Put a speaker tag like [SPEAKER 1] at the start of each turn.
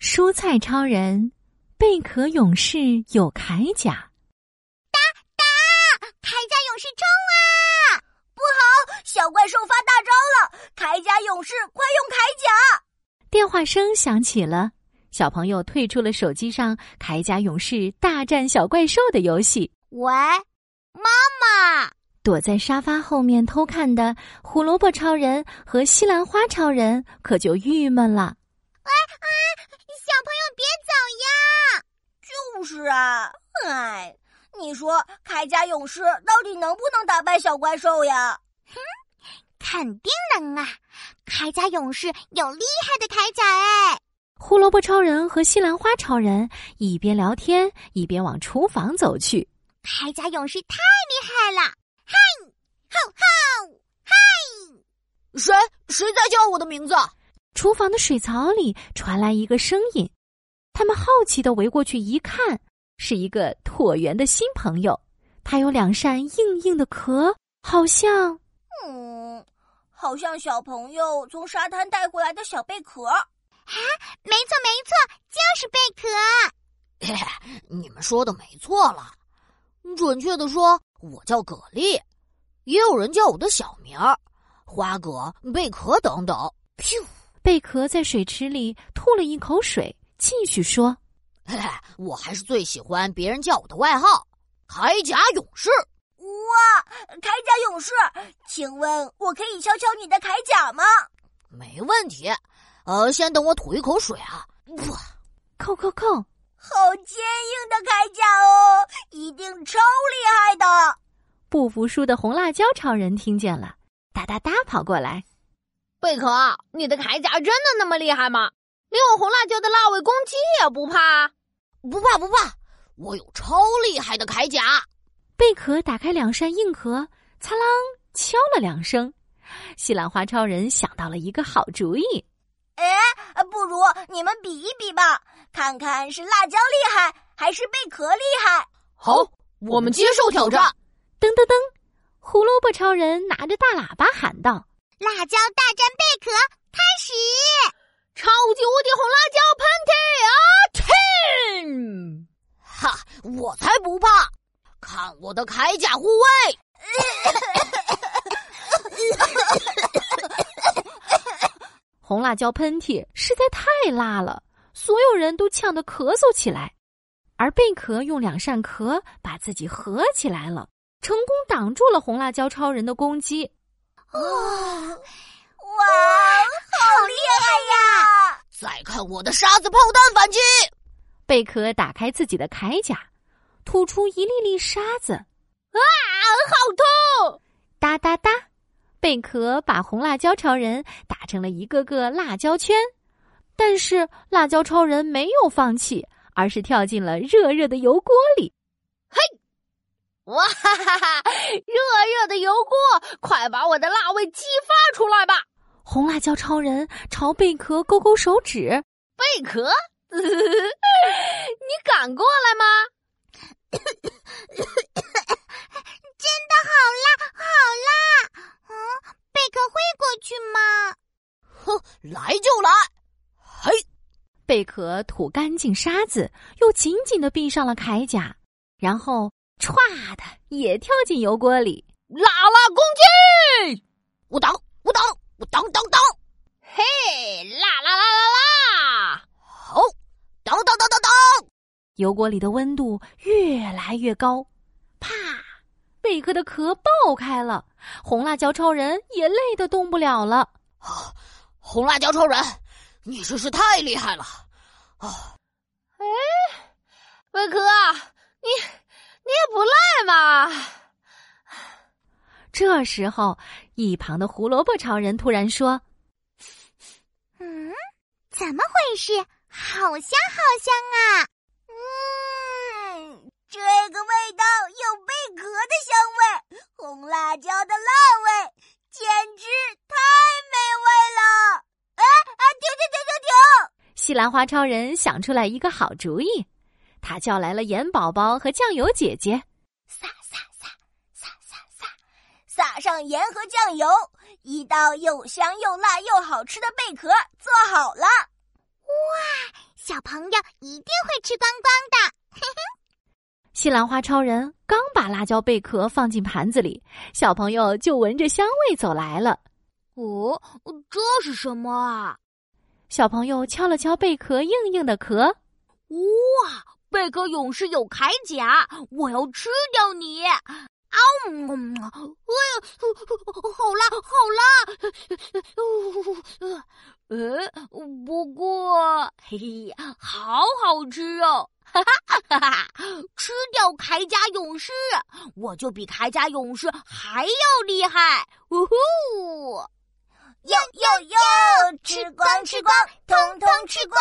[SPEAKER 1] 蔬菜超人、贝壳勇士有铠甲，
[SPEAKER 2] 打打！铠甲勇士冲啊！不好，小怪兽发大招了！铠甲勇士，快用铠甲！
[SPEAKER 1] 电话声响起了，小朋友退出了手机上《铠甲勇士大战小怪兽》的游戏，
[SPEAKER 2] 喂，妈妈，
[SPEAKER 1] 躲在沙发后面偷看的胡萝卜超人和西兰花超人可就郁闷了。
[SPEAKER 2] 小朋友别走呀！就是啊，哎，你说铠甲勇士到底能不能打败小怪兽呀？
[SPEAKER 3] 肯定能啊！铠甲勇士有厉害的铠甲哎，
[SPEAKER 1] 胡萝卜超人和西兰花超人一边聊天一边往厨房走去。
[SPEAKER 3] 铠甲勇士太厉害了！
[SPEAKER 2] 谁谁在叫我的名字？啊
[SPEAKER 1] 厨房的水槽里传来一个声音，他们好奇的围过去一看，是一个椭圆的新朋友。它有两扇硬硬的壳，好像
[SPEAKER 2] 嗯，好像小朋友从沙滩带回来的小贝壳。
[SPEAKER 3] 啊没错没错，就是贝壳。
[SPEAKER 4] 你们说的没错了，准确的说，我叫蛤蜊，也有人叫我的小名儿花蛤、贝壳等等。
[SPEAKER 1] 贝壳在水池里吐了一口水，继续说
[SPEAKER 4] 嘿嘿，我还是最喜欢别人叫我的外号——铠甲勇士。
[SPEAKER 2] 哇，呃铠甲勇士，请问我可以敲敲你的铠甲吗？
[SPEAKER 4] 没问题，呃，先等我吐一口水啊。哇，：“
[SPEAKER 1] 扣扣扣
[SPEAKER 2] 好坚硬的铠甲哦，一定超厉害的！！”
[SPEAKER 1] 不服输的红辣椒超人听见了，哒哒哒跑过来。
[SPEAKER 5] 贝壳，你的铠甲真的那么厉害吗？连我红辣椒的辣味攻击也不怕啊！
[SPEAKER 4] 不怕不怕，我有超厉害的铠甲。
[SPEAKER 1] 贝壳打开两扇硬壳，擦啷敲了两声。西兰花超人想到了一个好主意，
[SPEAKER 2] 呃不如你们比一比吧，看看是辣椒厉害还是贝壳厉害。
[SPEAKER 4] 好，我们接受挑战。
[SPEAKER 1] 噔噔噔！胡萝卜超人拿着大喇叭喊道
[SPEAKER 3] 辣椒大战贝壳开始！
[SPEAKER 5] 超级无敌红辣椒喷嚏啊！嚏！
[SPEAKER 4] 哈，我才不怕！看我的铠甲护卫！
[SPEAKER 1] 红辣椒喷嚏实在太辣了，所有人都呛得咳嗽起来。而贝壳用两扇壳把自己合起来了，成功挡住了红辣椒超人的攻击。
[SPEAKER 2] 哇，好厉害呀！
[SPEAKER 4] 再看我的沙子炮弹反击！
[SPEAKER 1] 贝壳打开自己的铠甲，吐出一粒粒沙子，
[SPEAKER 5] 好痛！
[SPEAKER 1] 哒哒哒！贝壳把红辣椒超人打成了一个个辣椒圈，但是辣椒超人没有放弃，而是跳进了热热的油锅里。
[SPEAKER 5] 哇哈哈哈！热热的油锅，快把我的辣味激发出来吧！
[SPEAKER 1] 红辣椒超人朝贝壳勾勾手指，
[SPEAKER 5] 贝 壳，你敢过来 吗？嗯
[SPEAKER 3] 贝壳会过去吗？
[SPEAKER 4] 来就来！嘿，
[SPEAKER 1] 贝壳吐干净沙子，又紧紧的闭上了铠甲，然后歘的也跳进油锅里。
[SPEAKER 5] 辣辣攻击！
[SPEAKER 4] 我挡，我挡，我挡挡挡！
[SPEAKER 5] 嘿，啦啦啦啦啦！
[SPEAKER 4] 好，挡挡挡挡挡！
[SPEAKER 1] 油锅里的温度越来越高，啪！贝壳的壳爆开了，红辣椒超人也累得动不了了。
[SPEAKER 4] 红辣椒超人，你真是太厉害了！
[SPEAKER 5] 贝壳，啊你你也不赖嘛！
[SPEAKER 1] 这时候，一旁的胡萝卜超人突然说
[SPEAKER 3] 嗯，怎么回事？好香好香啊！
[SPEAKER 2] 嗯，这个味道有贝壳的香味，红辣椒的辣味，简直太美味了！哎哎，停停停停停！：“
[SPEAKER 1] 西兰花超人想出来一个好主意，他叫来了盐宝宝和酱油姐姐。”
[SPEAKER 2] 撒撒撒撒撒撒，撒上盐和酱油，一道又香又辣又好吃的贝壳做好了。
[SPEAKER 3] 小
[SPEAKER 2] 小朋友一定会吃光光的。
[SPEAKER 1] 西兰花超人刚把辣椒贝壳放进盘子里，小朋友就闻着香味走来了。
[SPEAKER 2] 哦，这是什么啊？
[SPEAKER 1] 小朋友敲了敲贝壳硬硬的壳，
[SPEAKER 2] 哇，贝壳勇士有铠甲，我要吃掉你！啊、嗯！哎呀，好辣，好辣！呃，不过，嘿嘿，好好吃哦！ 哈哈，吃掉铠甲勇士，我就比铠甲勇士还要厉害！呜呼！
[SPEAKER 6] 哟哟哟，吃光吃光，通通吃光！